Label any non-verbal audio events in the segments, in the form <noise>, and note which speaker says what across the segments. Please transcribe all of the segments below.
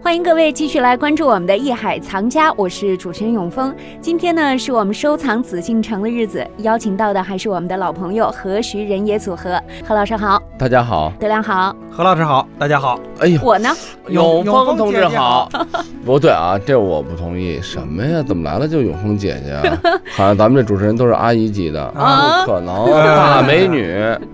Speaker 1: 欢迎各位继续来关注我们的《艺海藏家》，我是主持人永峰。今天呢，是我们收藏紫禁城的日子，邀请到的还是我们的老朋友何徐人也组合。何老师好，
Speaker 2: 大家好，
Speaker 1: 德亮好，
Speaker 3: 何老师好，大家好，
Speaker 2: 哎呦，
Speaker 1: 我呢，
Speaker 2: 永
Speaker 3: 永
Speaker 2: 峰
Speaker 3: 峰
Speaker 2: 同
Speaker 3: 姐
Speaker 2: 志
Speaker 3: 姐
Speaker 2: 好
Speaker 3: 好。
Speaker 2: <laughs> 不对啊，这我不同意。什么呀？怎么来了就永峰姐姐啊？好像咱们这主持人都是阿姨级的，
Speaker 1: 啊
Speaker 2: 不可能，啊大美女。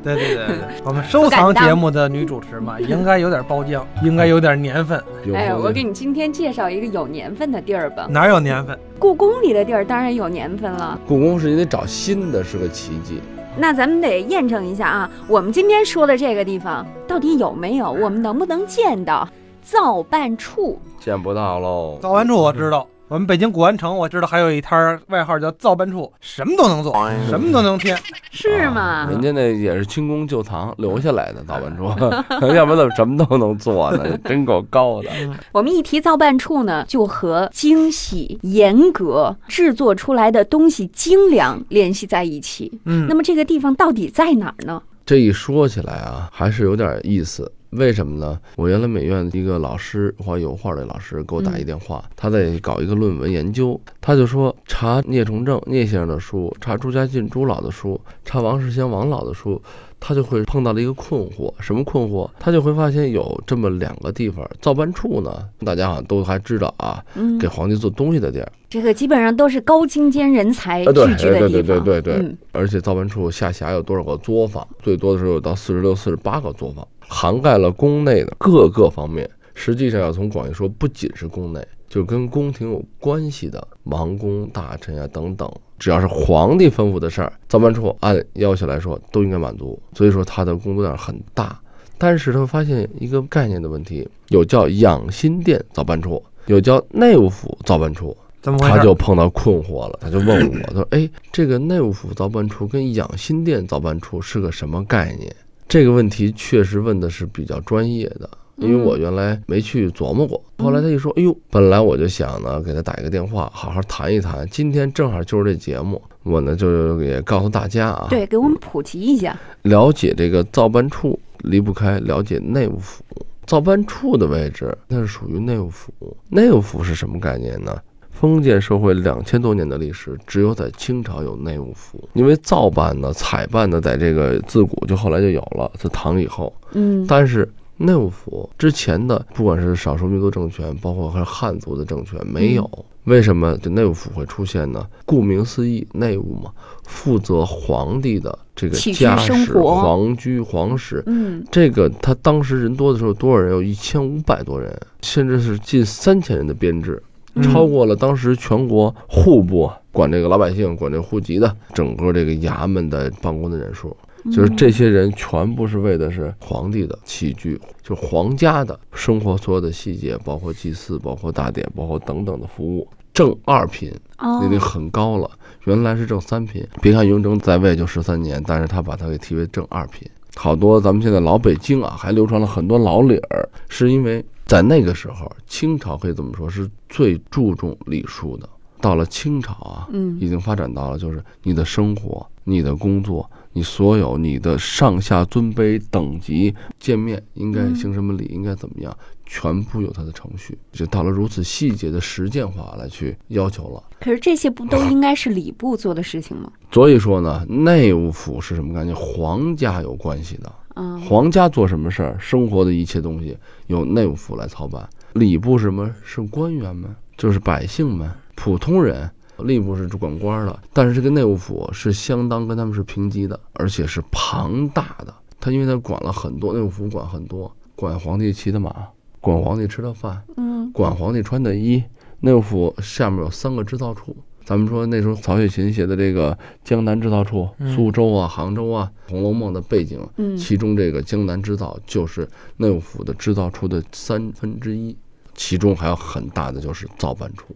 Speaker 3: 对对对对， <laughs> 我们收藏节目的女主持嘛，应该有点包 <laughs> 浆，应该有点年份，
Speaker 2: 永
Speaker 1: 哎，我
Speaker 2: 峰
Speaker 1: 给你今天介绍一个有年份的地儿吧。
Speaker 3: 哪有年份？
Speaker 1: 故宫里的地儿当然有年份了，
Speaker 2: 故宫是你得找新的，是个奇迹。
Speaker 1: 那咱们得验证一下啊，我们今天说的这个地方到底有没有，我们能不能见到造办处？
Speaker 2: 见不到喽。
Speaker 3: 造办处我知道，我们北京古玩城我知道还有一摊儿外号叫造办处，什么都能做，
Speaker 2: 哎
Speaker 3: 什么都能贴。
Speaker 1: 是吗？
Speaker 2: 啊人家那也是清宫旧藏留下来的造办处， <laughs> 要不然怎么什么都能做呢？真够高的。
Speaker 1: 我们一提造办处呢，就和精细、严格制作出来的东西精良联系在一起。
Speaker 3: 嗯
Speaker 1: 那么这个地方到底在哪儿呢？
Speaker 2: 这一说起来啊，还是有点意思。为什么呢？我原来美院的一个老师，画油画的老师给我打一电话，他在搞一个论文研究，他就说查聂崇正聂先生的书，查朱家俊朱老的书，查王世襄王老的书，他就会碰到了一个困惑，什么困惑？他就会发现有这么两个地方，造办处呢，大家好像都还知道啊，
Speaker 1: 嗯
Speaker 2: 给，皇帝做东西的地儿，
Speaker 1: 这个基本上都是高精尖人才
Speaker 2: 啊对
Speaker 1: 聚集的地
Speaker 2: 对对
Speaker 1: 方。
Speaker 2: 对对对
Speaker 1: 嗯，
Speaker 2: 而且造办处下辖有多少个作坊？最多的时候有到四十六、四十八个作坊，涵盖了宫内的各个方面。实际上要从广义说，不仅是宫内，就跟宫廷有关系的王公大臣啊等等，只要是皇帝吩咐的事儿，造办处按要求来说都应该满足。所以说他的工作量很大，但是他会发现一个概念的问题，有叫养心殿造办处，有叫内务府造办处。
Speaker 3: 怎么回事？
Speaker 2: 他就碰到困惑了，他就问我，他说：“哎，这个内务府造办处跟养心殿造办处是个什么概念？”这个问题确实问的是比较专业的，因为我原来没去琢磨过。后来他一说，哎呦，本来我就想呢，给他打一个电话，好好谈一谈。今天正好就是这节目，我呢就也告诉大家啊，
Speaker 1: 对，给我们普及一下。
Speaker 2: 了解这个造办处离不开了解内务府。造办处的位置，那是属于内务府。内务府是什么概念呢？封建社会两千多年的历史，只有在清朝有内务府，因为造办呢、采办呢，在这个自古就后来就有了，自唐以后。
Speaker 1: 嗯，
Speaker 2: 但是内务府之前的，不管是少数民族政权，包括还是汉族的政权，没有。
Speaker 1: 嗯
Speaker 2: 为什么这内务府会出现呢？顾名思义，内务嘛，负责皇帝的这个
Speaker 1: 起居
Speaker 2: 家
Speaker 1: 生
Speaker 2: 事、
Speaker 1: 活
Speaker 2: 皇居、皇室。
Speaker 1: 嗯，
Speaker 2: 这个他当时人多的时候，多少人？有一千五百多人，甚至是近三千人的编制，
Speaker 1: 嗯
Speaker 2: 超过了当时全国户部管这个老百姓、管这户籍的整个这个衙门的办公的人数。
Speaker 1: 嗯
Speaker 2: 就是这些人全部是为的是皇帝的起居，就是皇家的生活所有的细节，包括祭祀，包括大典，包括等等的服务。正二品
Speaker 1: 哦
Speaker 2: 已经很高了，原来是正三品。别看雍正在位就十三年，但是他把他给提为正二品。好多咱们现在老北京啊，还流传了很多老理儿，是因为在那个时候，清朝可以这么说是最注重礼数的。到了清朝啊，
Speaker 1: 嗯
Speaker 2: 已经发展到了就是你的生活、你的工作、你所有你的上下尊卑等级见面应该行什么礼，应该怎么样，全部有它的程序，就到了如此细节的实践化来去要求了。
Speaker 1: 可是这些不都应该是礼部做的事情吗？
Speaker 2: 所以说呢，内务府是什么概念？皇家有关系的，
Speaker 1: 嗯，
Speaker 2: 皇家做什么事儿，生活的一切东西由内务府来操办。礼部是什么？是官员们，就是百姓们，普通人。吏部是主管官儿的，但是这个内务府是相当跟他们是平级的，而且是庞大的。他因为他管了很多内务府，管很多，管皇帝骑的马，管皇帝吃的饭，
Speaker 1: 嗯，
Speaker 2: 管皇帝穿的衣。内务府下面有三个制造处，咱们说那时候曹雪芹写的这个江南制造处、苏州啊、杭州啊，《红楼梦》的背景，
Speaker 1: 嗯
Speaker 2: 其中这个江南制造就是内务府的制造处的三分之一，其中还有很大的就是造办处。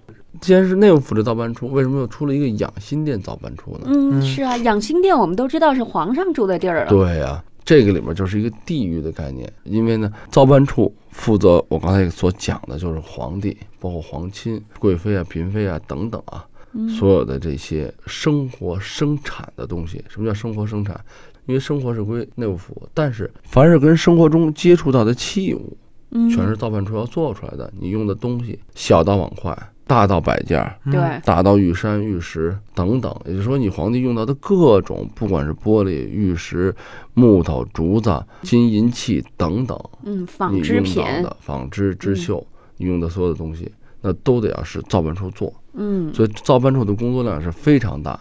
Speaker 2: 既然是内务府的造办处，为什么又出了一个养心殿造办处呢？
Speaker 1: 嗯嗯，是啊，养心殿我们都知道是皇上住的地儿
Speaker 2: 嗯
Speaker 1: 了。
Speaker 2: 对呀、这个里面就是一个地域的概念，因为呢，造办处负责我刚才所讲的就是皇帝，包括皇亲、贵妃啊、嫔妃啊等等啊，
Speaker 1: 嗯
Speaker 2: 所有的这些生活生产的东西。什么叫生活生产？因为生活是归内务府，但是凡是跟生活中接触到的器物，
Speaker 1: 嗯
Speaker 2: 全是造办处要做出来的。你用的东西，小到碗筷，大到摆件儿，
Speaker 3: 嗯
Speaker 1: 对，
Speaker 2: 大到玉山、玉石等等，也就是说，你皇帝用到的各种，不管是玻璃、玉石、木头、竹子、金银器等等，
Speaker 1: 嗯，纺
Speaker 2: 你
Speaker 1: 织
Speaker 2: 用
Speaker 1: 品嗯
Speaker 2: 到，的纺织、织绣，你用的所有的东西，那都得要是造办处做。
Speaker 1: 嗯，
Speaker 2: 所以造办处的工作量是非常大。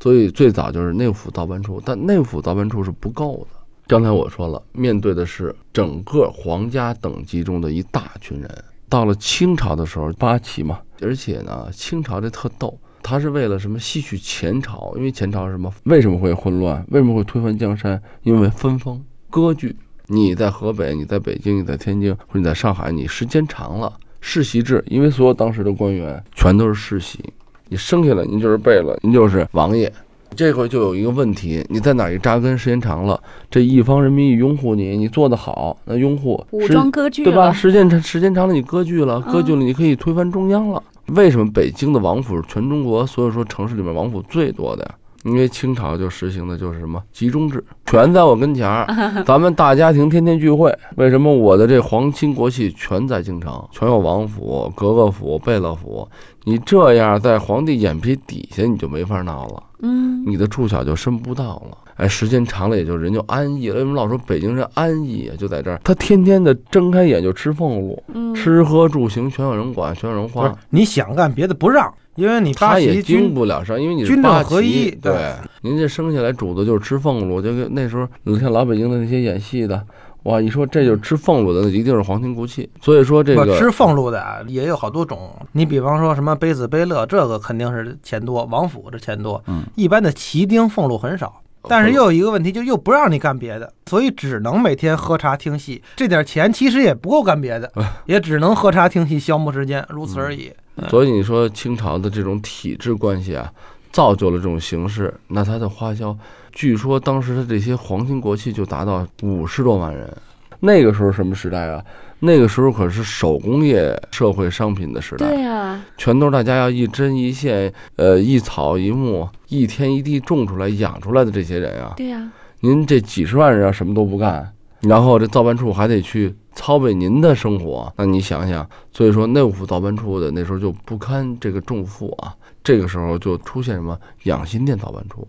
Speaker 2: 所以最早就是内府造办处，但内府造办处是不够的。刚才我说了，面对的是整个皇家等级中的一大群人。到了清朝的时候，八旗嘛，而且呢，清朝这特逗，他是为了什么吸取前朝？因为前朝是什么？为什么会混乱？为什么会推翻江山？因为分封割据。你在河北，你在北京，你在天津，或者你在上海，你时间长了，世袭制，因为所有当时的官员全都是世袭，你生下来您就是贝勒，您就是王爷。这回就有一个问题，你在哪儿一扎根，时间长了，这一方人民一拥护你，你做得好，那拥护
Speaker 1: 武
Speaker 2: 是
Speaker 1: 装割据
Speaker 2: 对吧？
Speaker 1: 了，
Speaker 2: 时间长，时间长了，你割据了，
Speaker 1: 嗯
Speaker 2: 割据了，你可以推翻中央了。为什么北京的王府是全中国所有说城市里面王府最多的呀？因为清朝就实行的就是什么集中制，全在我跟前儿，
Speaker 1: <laughs>
Speaker 2: 咱们大家庭天天聚会。为什么我的这皇亲国戚全在京城，全有王府、格格府、贝勒府？你这样在皇帝眼皮底下，你就没法闹了。
Speaker 1: 嗯，
Speaker 2: 你的触角就伸不到了。哎，时间长了也就人就安逸了。为什么老说北京人安逸啊？就在这儿，他天天的睁开眼就吃俸禄，
Speaker 1: 嗯
Speaker 2: 吃喝住行全有人管，全有人
Speaker 3: 不是
Speaker 2: 花。
Speaker 3: 你想干别的不让，因为你八
Speaker 2: 他也
Speaker 3: 旗
Speaker 2: 经
Speaker 3: 军
Speaker 2: 不了上，因为你是
Speaker 3: 军政
Speaker 2: 八旗
Speaker 3: 合一
Speaker 2: 对
Speaker 3: 对，
Speaker 2: 您这生下来主子就是吃俸禄，就跟那时候你像老北京的那些演戏的，哇，一说这就是吃俸禄的，那一定是皇亲国戚。所以说这
Speaker 3: 不
Speaker 2: 个
Speaker 3: 吃俸禄的啊也有好多种。你比方说什么杯子、杯乐，这个肯定是钱多，王府这钱多。
Speaker 2: 嗯，
Speaker 3: 一般的旗丁俸禄很少。但
Speaker 2: 呃哦
Speaker 3: 是又有一个问题，就又不让你干别的，所以只能每天喝茶听戏。这点钱其实也不够干别的，
Speaker 2: 哎
Speaker 3: 也只能喝茶听戏消磨时间，如
Speaker 2: 嗯
Speaker 3: 此而已。
Speaker 2: 所以你说清朝的这种体制关系啊，造就了这种形式。那它的花销，据说当时的这些皇亲国戚就达到五十多万人。那个时候什么时代啊？那个时候可是手工业社会商品的时代，
Speaker 1: 对啊，
Speaker 2: 全都是大家要一针一线，呃，一草一木，一天一地种出来、养出来的这些人啊。
Speaker 1: 对啊，
Speaker 2: 您这几十万人啊要什么都不干，然后这造办处还得去操办您的生活，那你想想，所以说内务府造办处的那时候就不堪这个重负啊。这个时候就出现什么养心殿造办处，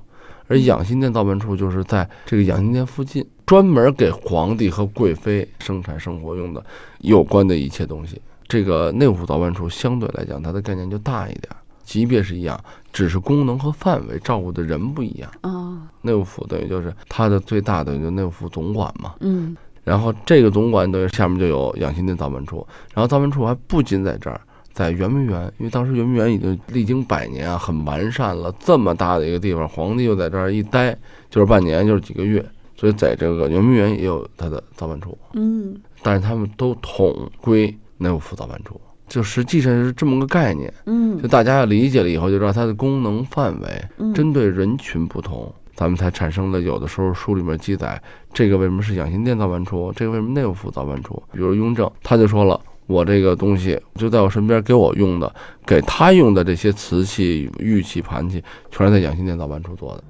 Speaker 2: 而养心殿造办处就是在这个养心殿附近，专门给皇帝和贵妃生产生活用的有关的一切东西。这个内务府造办处相对来讲，它的概念就大一点，级别是一样，只是功能和范围照顾的人不一样。
Speaker 1: 哦，
Speaker 2: 内务府等于就是它的最大的就内务府总管嘛，
Speaker 1: 嗯，
Speaker 2: 然后这个总管等于下面就有养心殿造办处，然后造办处还不仅在这儿，在圆明园，因为当时圆明园已经历经百年啊，很完善了，这么大的一个地方，皇帝又在这儿一待就是半年，就是几个月，所以在这个圆明园也有它的造办处，
Speaker 1: 嗯，
Speaker 2: 但是他们都统归内务府造办处，就实际上是这么个概念，
Speaker 1: 嗯
Speaker 2: 就，大家要理解了以后，就知道它的功能范围，
Speaker 1: 嗯
Speaker 2: 针对人群不同，咱们才产生了有的时候书里面记载，这个为什么是养心殿造办处，这个为什么内务府造办处。比如雍正，他就说了，我这个东西就在我身边给我用的，给他用的这些瓷器、玉器、盘器，全是在养心殿造办处做的。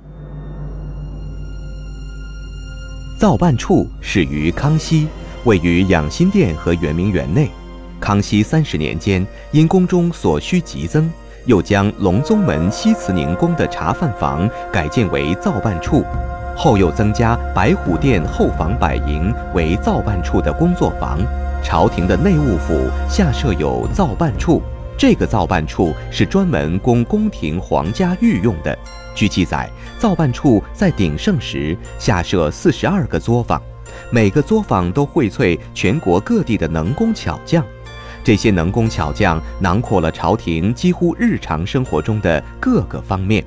Speaker 4: 造办处始于康熙，位于养心殿和圆明园内。康熙三十年间，因宫中所需急增，又将隆宗门西慈宁宫的茶饭房改建为造办处，后又增加白虎殿后房百营为造办处的工作房。朝廷的内务府下设有造办处，这个造办处是专门供宫廷皇家御用的。据记载，造办处在鼎盛时下设四十二个作坊，每个作坊都荟萃全国各地的能工巧匠。这些能工巧匠囊括了朝廷几乎日常生活中的各个方面，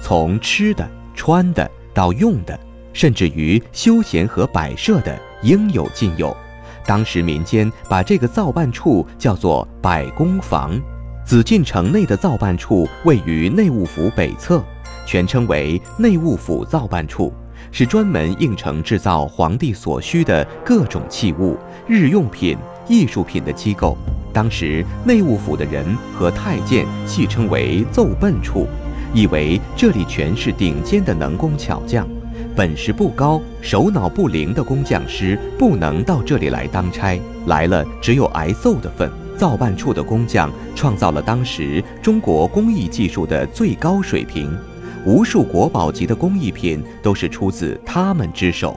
Speaker 4: 从吃的、穿的到用的，甚至于休闲和摆设的，应有尽有。当时民间把这个造办处叫做百工房。紫禁城内的造办处位于内务府北侧，全称为内务府造办处，是专门应承制造皇帝所需的各种器物、日用品、艺术品的机构。当时内务府的人和太监戏称为“奏笨处”，意为这里全是顶尖的能工巧匠，本事不高、手脑不灵的工匠师不能到这里来当差，来了只有挨揍的份。造办处的工匠创造了当时中国工艺技术的最高水平，无数国宝级的工艺品都是出自他们之手。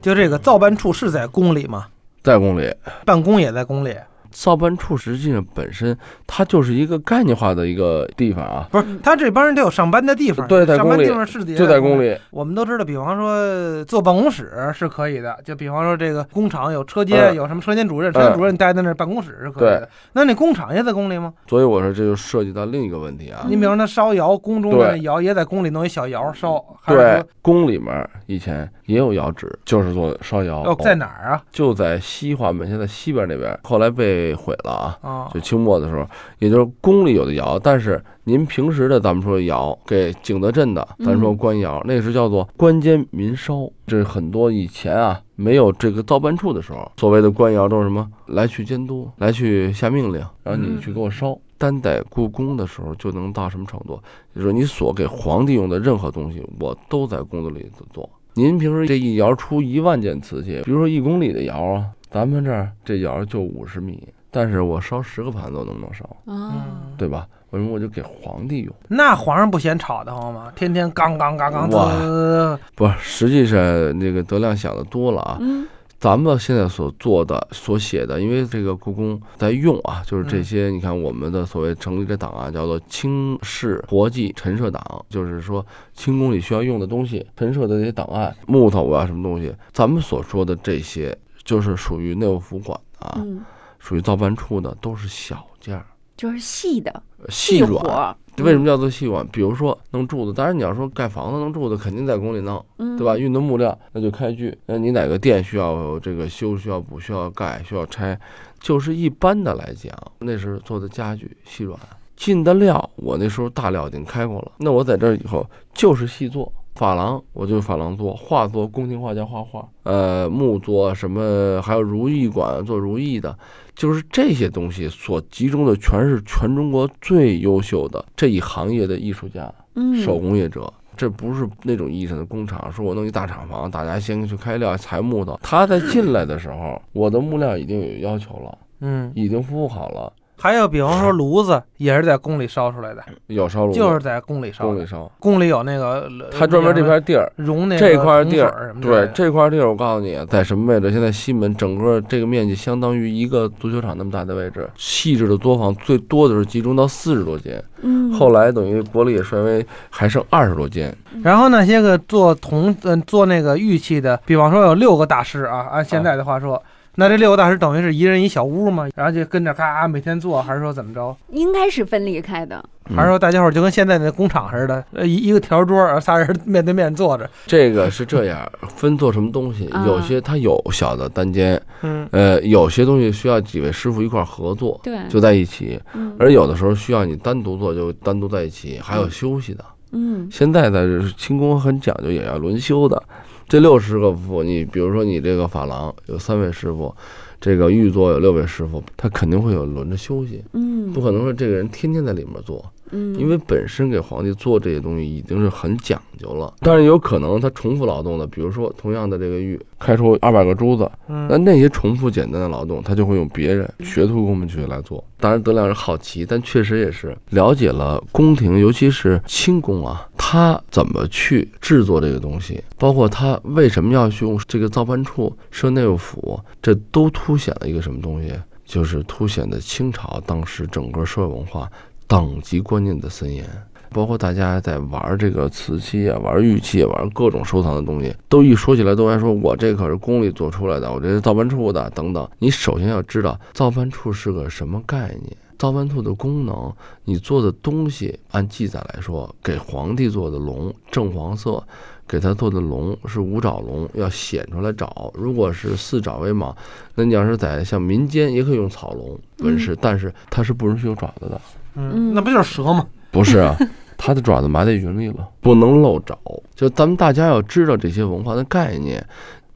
Speaker 3: 就这个造办处是在宫里嘛，
Speaker 2: 在宫里，
Speaker 3: 办公也在宫里，
Speaker 2: 造办处实际上本身它就是一个概念化的一个地方啊，
Speaker 3: 不是他这帮人得有上班的地方，
Speaker 2: 对在
Speaker 3: 上班
Speaker 2: 宫里
Speaker 3: 地方是得
Speaker 2: 就在宫。里，
Speaker 3: 我们都知道，比方说坐办公室是可以的，就比方说这个工厂有车间，
Speaker 2: 嗯
Speaker 3: 有什么车间主任，车间主任待在那儿办公室是可以的。那那工厂也在宫里吗？
Speaker 2: 所以我说这就涉及到另一个问题啊，
Speaker 3: 你比方说他烧窑，宫中的
Speaker 2: 对
Speaker 3: 窑也在宫里弄一小窑烧，还是
Speaker 2: 对
Speaker 3: 说，
Speaker 2: 宫里面以前也有窑址，就是做烧窑，
Speaker 3: 哦在哪儿啊？
Speaker 2: 就在西华门，现在西边那边，后来被毁了啊。
Speaker 3: 啊
Speaker 2: 就清末的时候，也就是宫里有的窑，但是您平时的咱们说窑，给景德镇的，咱说官窑，那是叫做官间民烧。这是很多以前啊没有这个造办处的时候，所谓的官窑都是什么来去监督，来去下命令，然后你去给我烧。单在故宫的时候就能到什么程度？就是你所给皇帝用的任何东西，我都在宫子里做。您平时这一窑出一万件瓷器，比如说一公里的窑啊，咱们这儿这窑就五十米，但是我烧十个盘子我能不能烧？
Speaker 1: 哦，
Speaker 2: 对吧？为什么我就给皇帝用？
Speaker 3: 那皇上不嫌吵得慌吗？天天杠杠杠杠
Speaker 2: 哇
Speaker 3: 滋，
Speaker 2: 不是，实际上那个德亮想的多了啊。
Speaker 1: 嗯
Speaker 2: 咱们现在所做的、所写的，因为这个故宫在用啊，就是
Speaker 1: 嗯
Speaker 2: 这些。你看我们的所谓成立的档案、叫做清室活计陈设档，就是说清宫里需要用的东西，陈设的这些档案、木头啊什么东西，咱们所说的这些，就是属于内务府管的啊，
Speaker 1: 嗯，
Speaker 2: 属于造办处的，都是小件儿、
Speaker 1: 就是细的
Speaker 2: 呃细软。
Speaker 1: 活，嗯
Speaker 2: 为什么叫做细软？比如说弄柱子，当然你要说盖房子弄柱子，肯定在宫里弄。
Speaker 1: 嗯
Speaker 2: 对吧？？运的木料，那就开锯。那你哪个店需要有这个修、需要补、需要盖、需要拆，就是一般的来讲，那时候做的家具细软，进的料我那时候大料已经开过了。那我在这儿以后就是细做，珐琅我就珐琅做，画作宫廷画家画画，呃，木作什么，还有如意馆做如意的，就是这些东西所集中的全是全中国最优秀的这一行业的艺术家。
Speaker 1: 嗯，
Speaker 2: 手工业者。这不是那种意义上的工厂，说我弄一大厂房，大家先去开料、裁木头。他在进来的时候，我的木料已经有要求了，
Speaker 3: 嗯，
Speaker 2: 已经服务好了，
Speaker 3: 还有比方说炉子也是在宫里烧出来的，
Speaker 2: 有烧炉子，
Speaker 3: 就是在宫里烧
Speaker 2: 宫里
Speaker 3: 的。
Speaker 2: 烧。
Speaker 3: 宫里有那个，呃
Speaker 2: 他专门这
Speaker 3: 那
Speaker 2: 片地儿，
Speaker 3: 什么熔那个
Speaker 2: 这块地儿
Speaker 3: 铜水什么之类
Speaker 2: 对
Speaker 3: 的
Speaker 2: 这块地儿，我告诉你，在什么位置？现在西门整个这个面积相当于一个足球场那么大的位置，细致的作坊最多的时候集中到四十多间，
Speaker 1: 嗯，
Speaker 2: 后来等于国力也衰微，还剩二十多间。
Speaker 3: 然后那些个做铜，嗯、做那个玉器的，比方说有六个大师啊，按现在的话说，那这六个大师等于是一人一小屋嘛，然后就跟着咔每天做，还是说怎么着？
Speaker 1: 应该是分离开的，
Speaker 2: 嗯
Speaker 3: 还是说大家伙儿就跟现在的工厂似的，呃，一一个条桌，然后仨人面对面坐着，
Speaker 2: 这个是这样，分做什么东西
Speaker 1: 啊，
Speaker 2: 有些它有小的单间，
Speaker 3: 嗯，
Speaker 2: 呃，有些东西需要几位师傅一块儿合作，
Speaker 1: 对，
Speaker 2: 就在一起；
Speaker 1: 嗯
Speaker 2: 而有的时候需要你单独做，就单独在一起。还有休息的，
Speaker 1: 嗯
Speaker 2: 现在的清宫很讲究，也要轮休的。这六十个傅，你比如说你这个珐琅有三位师傅，这个玉作有六位师傅，他肯定会有轮着休息，
Speaker 1: 嗯，
Speaker 2: 不可能说这个人天天在里面做。
Speaker 1: 嗯，
Speaker 2: 因为本身给皇帝做这些东西已经是很讲究了，但是有可能他重复劳动的，比如说同样的这个玉开出二百个珠子，
Speaker 3: 嗯
Speaker 2: 那那些重复简单的劳动，他就会用别人学徒工们去来做。当然，德亮是好奇，但确实也是了解了宫廷，尤其是清宫啊，他怎么去制作这个东西，包括他为什么要去用这个造办处设内务府，这都凸显了一个什么东西？就是凸显的清朝当时整个社会文化等级观念的森严，包括大家在玩这个瓷器啊、玩玉器、啊、玩各种收藏的东西，都一说起来都爱说我这可是宫里做出来的，我这是造办处的等等。你首先要知道造办处是个什么概念。造办处的功能，你做的东西，按记载来说，给皇帝做的龙正黄色，给他做的龙是五爪龙，要显出来爪。如果是四爪为蟒，那你要是在像民间也可以用草龙纹饰，但是它是不允许有爪子的。
Speaker 3: 嗯，那不就是蛇吗？
Speaker 2: 不是啊，它的爪子埋在云里了，不能漏爪。就咱们大家要知道这些文化的概念。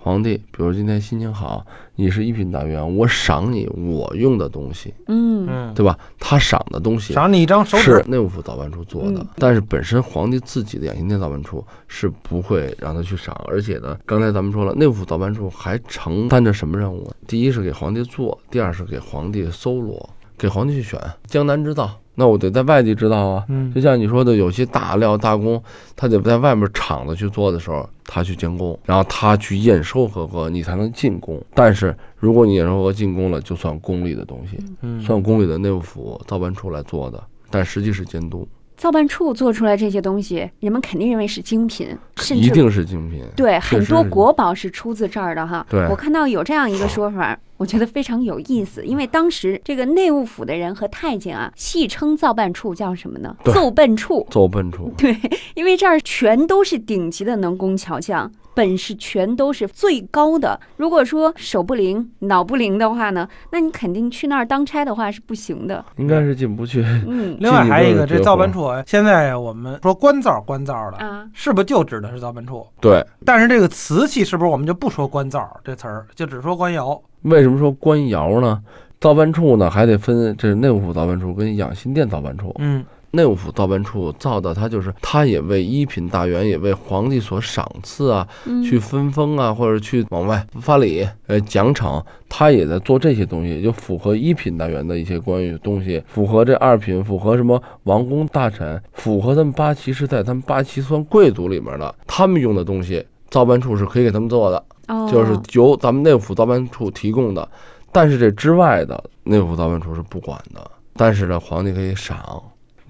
Speaker 2: 皇帝，比如今天心情好，你是一品大员，我赏你我用的东西，
Speaker 1: 嗯
Speaker 3: 嗯，
Speaker 2: 对吧？他赏的东西
Speaker 3: 赏你一张手
Speaker 2: 是
Speaker 3: 指，
Speaker 2: 内务府造办处做的，
Speaker 1: 嗯
Speaker 2: 但是本身皇帝自己的养心殿造办处是不会让他去赏，而且呢，刚才咱们说了，内务府造办处还承担着什么任务？第一是给皇帝做，第二是给皇帝搜罗，给皇帝去选江南之道。那我得在外地知道啊，
Speaker 3: 嗯
Speaker 2: 就像你说的，有些大料大工，他得在外面厂子去做的时候，他去监工，然后他去验收合格，你才能进宫。但是如果你验收合格进宫了，就算宫里的东西，
Speaker 3: 嗯，
Speaker 2: 算宫里的内务府造办处来做的，但实际是监督，
Speaker 1: 造办处做出来这些东西，人们肯定认为是精品，甚
Speaker 2: 一
Speaker 1: 至
Speaker 2: 定是精品。
Speaker 1: 对
Speaker 2: 确
Speaker 1: 很
Speaker 2: 实
Speaker 1: 多
Speaker 2: 是
Speaker 1: 国宝是出自这儿的哈。
Speaker 2: 对
Speaker 1: 我看到有这样一个说法，我觉得非常有意思，因为当时这个内务府的人和太监啊，戏称造办处叫什么呢？
Speaker 2: 对
Speaker 1: 奏笨处，
Speaker 2: 奏笨处，
Speaker 1: 因为这儿全都是顶级的能工巧匠，本事全都是最高的。如果说手不灵、脑不灵的话呢，那你肯定去那儿当差的话是不行的。
Speaker 2: 应该是进不去。
Speaker 1: 嗯
Speaker 3: 另外还有一
Speaker 2: 进一
Speaker 3: 个，
Speaker 2: 步的
Speaker 3: 这
Speaker 2: 折
Speaker 3: 造办处啊，现在我们说官造官造的，
Speaker 1: 啊，
Speaker 3: 是不是就指的是造办处？
Speaker 2: 对，
Speaker 3: 但是这个瓷器是不是我们就不说官造这词儿，就只说官窑？
Speaker 2: 为什么说官窑呢？造办处呢还得分，这是内务府造办处跟养心殿造办处。
Speaker 3: 嗯
Speaker 2: 内务府造办处造的，它就是它也为一品大员，也为皇帝所赏赐啊，
Speaker 1: 嗯
Speaker 2: 去分封啊，或者去往外发礼，呃，奖惩，他也在做这些东西，也就符合一品大员的一些关于东西，符合这二品，符合什么王公大臣，符合他们八旗是在他们八旗算贵族里面的，他们用的东西，造办处是可以给他们做的，
Speaker 1: 哦
Speaker 2: 就是由咱们内务府造办处提供的，但是这之外的内务府造办处是不管的，但是呢，皇帝可以赏。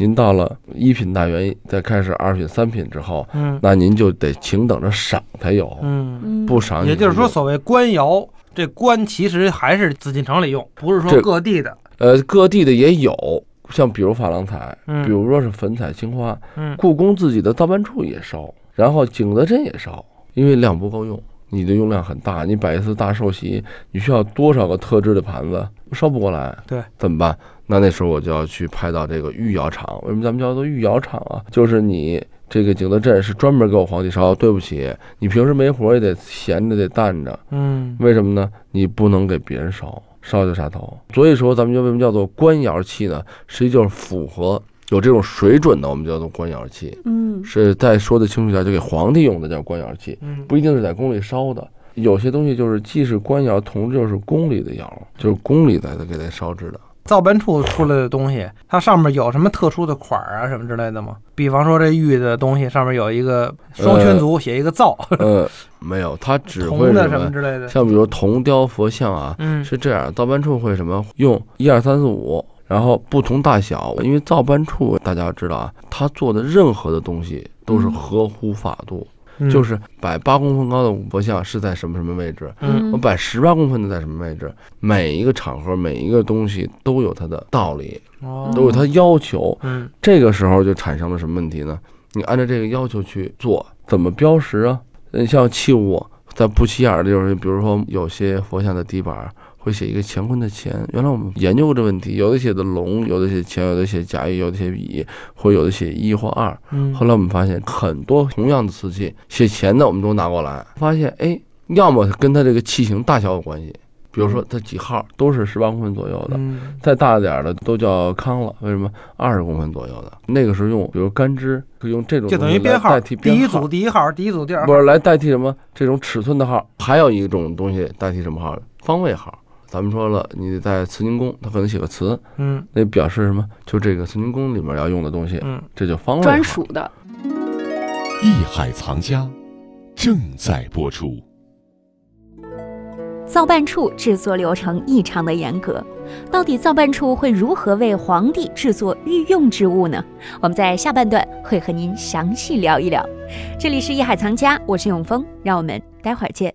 Speaker 2: 您到了一品大员，再开始二品、三品之后，
Speaker 3: 嗯
Speaker 2: 那您就得请等着赏才有。
Speaker 3: 嗯，
Speaker 1: 嗯
Speaker 2: 不赏你
Speaker 3: 也就是说，
Speaker 2: 有
Speaker 3: 所谓官窑，这官其实还是紫禁城里用，不是说
Speaker 2: 这
Speaker 3: 各地的。
Speaker 2: 呃，各地的也有，像比如珐琅彩，
Speaker 3: 嗯
Speaker 2: 比如说是粉彩、青花，
Speaker 3: 嗯
Speaker 2: 故宫自己的造办处也烧，然后景德镇也烧，因为量不够用，你的用量很大，你摆一次大寿席，你需要多少个特制的盘子，烧不过来，
Speaker 3: 对，
Speaker 2: 怎么办？那那时候我就要去拍到这个御窑厂，为什么咱们叫做御窑厂啊？就是你这个景德镇是专门给我皇帝烧，对不起，你平时没活儿也得闲着得淡着，
Speaker 3: 嗯
Speaker 2: 为什么呢？你不能给别人烧，烧就杀头。所以说，咱们就为什么叫做官窑器呢？实际就是符合有这种水准的，我们叫做官窑器。
Speaker 1: 嗯
Speaker 2: 是再说的清楚一点，就给皇帝用的叫官窑器，
Speaker 3: 嗯，
Speaker 2: 不一定是在宫里烧的。有些东西就是既是官窑，同时就是宫里的窑，就是宫里来的给它烧制的。
Speaker 3: 造办处出来的东西，它上面有什么特殊的款儿啊什么之类的吗？比方说这玉的东西上面有一个双圈足，写一个造，
Speaker 2: 呃，没有，它只会
Speaker 3: 铜的
Speaker 2: 什
Speaker 3: 什么
Speaker 2: 么，
Speaker 3: 之类的。
Speaker 2: 像比如铜雕佛像啊，
Speaker 3: 嗯
Speaker 2: 是这样，造办处会什么用一二三四五，然后不同大小，因为造办处大家要知道啊，他做的任何的东西都是合乎法度，
Speaker 3: 嗯
Speaker 2: 就是摆八公分高的五佛像是在什么什么位置，
Speaker 3: 嗯
Speaker 2: 我摆十八公分的在什么位置，每一个场合每一个东西都有它的道理，
Speaker 3: 哦
Speaker 2: 都有它要求。
Speaker 3: 嗯
Speaker 2: 这个时候就产生了什么问题呢？你按照这个要求去做，怎么标识啊？嗯，像器物在不起眼儿的地方，比如说有些佛像的底板儿会写一个乾坤的乾，原来我们研究过这问题，有的写的龙，有的写乾，有的写甲乙，有的写乙，或有的写一或二。
Speaker 3: 嗯
Speaker 2: 后来我们发现，很多同样的瓷器写钱的，我们都拿过来，发现哎，要么跟它这个器型大小有关系，比如说它几号都是十八公分左右的，
Speaker 3: 嗯
Speaker 2: 再大点儿的都叫康了，为什么二十公分左右的？那个时候用，比如干支，就用这种
Speaker 3: 就等于
Speaker 2: 东西来
Speaker 3: 编号，
Speaker 2: 代替
Speaker 3: 第
Speaker 2: 编
Speaker 3: 一
Speaker 2: 号
Speaker 3: 组第一号，第一组第二号
Speaker 2: 不。是来代替什么这种尺寸的号，还有一种东西代替什么号？方位号。咱们说了，你在慈宁宫，它可能写个词，
Speaker 3: 嗯
Speaker 2: 那表示什么？就这个慈宁宫里面要用的东西，
Speaker 3: 嗯，
Speaker 2: 这叫方位号
Speaker 1: 专属的，
Speaker 5: 艺海藏家正在播出。
Speaker 1: 造办处制作流程异常的严格，到底造办处会如何为皇帝制作御用之物呢？我们在下半段会和您详细聊一聊。这里是《艺海藏家》，我是永峰，让我们待会儿见。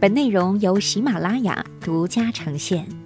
Speaker 1: 本内容由喜马拉雅独家呈现。